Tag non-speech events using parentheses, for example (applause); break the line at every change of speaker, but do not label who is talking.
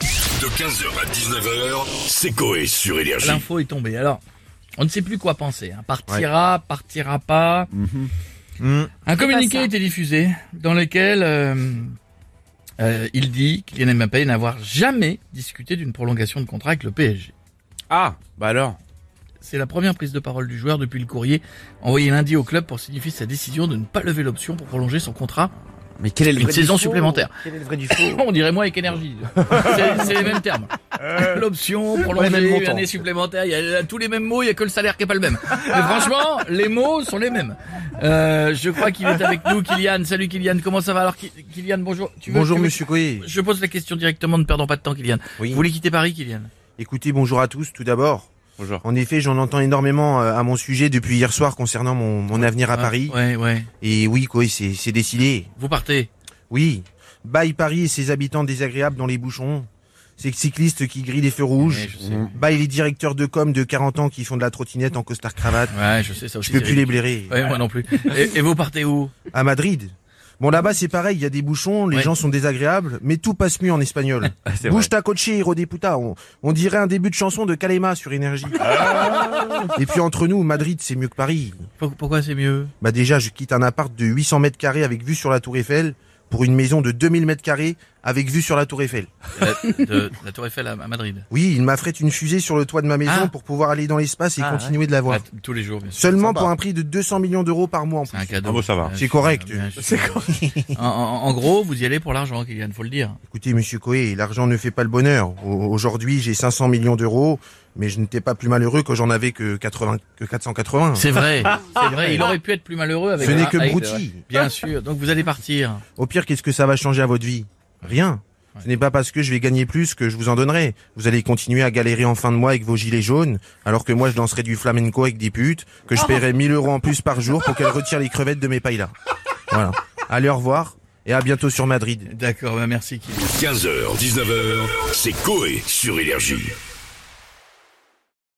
De 15h à 19h, c'est Coé sur Énergie.
L'info est tombée. Alors, on ne sait plus quoi penser. hein. Partira, partira pas.
Hmm.
Un communiqué a été diffusé dans lequel euh, euh, il dit Kylian Mbappé n'avoir jamais discuté d'une prolongation de contrat avec le PSG.
Ah, bah alors.
C'est la première prise de parole du joueur depuis le courrier envoyé lundi au club pour signifier sa décision de ne pas lever l'option pour prolonger son contrat
Mais quel est le
une
vrai
saison
du faux
supplémentaire.
Quel est le vrai du
(coughs)
faux
On dirait moi
(laughs)
avec énergie. C'est- C'est les mêmes termes. L'option, prolonger,
Euh. mêmes montants.
année supplémentaire, il y a tous les mêmes mots, il y a que le salaire qui est pas le même. Mais franchement, les mots sont les mêmes. Euh, je crois qu'il est avec nous, Kylian. Salut Kylian, comment ça va Alors Ki- Kylian, bonjour. Tu veux-
Bonjour
tu veux-
Monsieur Coé.
Je pose la question directement, ne perdons pas de temps Kylian.
Oui.
Vous voulez quitter Paris Kylian Hein
Écoutez, bonjour à tous tout d'abord.
Bonjour.
En effet, j'en entends énormément euh, à mon sujet depuis hier soir concernant mon, mon avenir à Paris.
Ouais, ouais.
Et oui, Coé, c'est c'est décidé.
Vous partez.
Oui. Bye Paris et ses habitants désagréables dans les bouchons. Ces cyclistes qui grillent les feux rouges.
Ouais, je sais.
Bye les directeurs de com de 40 ans qui font de la trottinette en costard cravate.
Ouais, je sais ça aussi.
Je peux
c'est
plus les blairer.
Ouais, moi non plus. Et, et vous partez où
À Madrid. Bon là-bas c'est pareil, il y a des bouchons, les
Ouais.
gens sont désagréables, mais tout passe mieux
(laughs)
en espagnol.
c'est
Bouge ta coche, Hiro de puta. On, on dirait un début de chanson de Kalema sur énergie.
Ah.
Et puis entre nous, Madrid c'est mieux que Paris.
Pour- Pourquoi c'est mieux
Bah déjà je quitte un appart de 800 mètres carrés avec vue sur la Tour Eiffel pour une maison de 2000 mètres carrés avec vue sur la Tour Eiffel.
la, de la Tour Eiffel à, à Madrid.
Oui, il m'affrète une fusée sur le toit de ma maison
Ah.
pour pouvoir aller dans l'espace et
Ah,
continuer de la voir.
Ah, t- tous les jours, bien sûr.
Seulement pour un prix de 200 millions d'euros par mois en
C'est
plus.
un cadeau.
Ah bon, ça va.
Euh,
C'est correct.
bien sûr. (laughs) En, en- en gros, vous y allez pour l'argent, Kylian, faut
(laughs)
le dire.
Écoutez, monsieur Coé, l'argent ne fait pas le bonheur. Au- Aujourd'hui, j'ai 500 millions d'euros, mais je n'étais pas plus malheureux que j'en avais que, 80, que 480.
C'est vrai, c'est vrai. Il aurait pu être plus malheureux avec.
Ce n'est que
avec-
broutilles.
Bien sûr. Donc vous allez partir.
Au pire, qu'est-ce que ça va changer à votre vie Rien. Ce n'est pas parce que je vais gagner plus que je vous en donnerai. Vous allez continuer à galérer en fin de mois avec vos gilets jaunes, alors que moi je danserai du flamenco avec des putes, que je paierai 1000 euros en plus par jour pour qu'elles retirent les crevettes de mes paillas. Voilà. Allez, au revoir, et à bientôt sur Madrid.
ben,
D'accord, bah merci, Kylian.
15h, 19h, c'est Coé sur Énergie.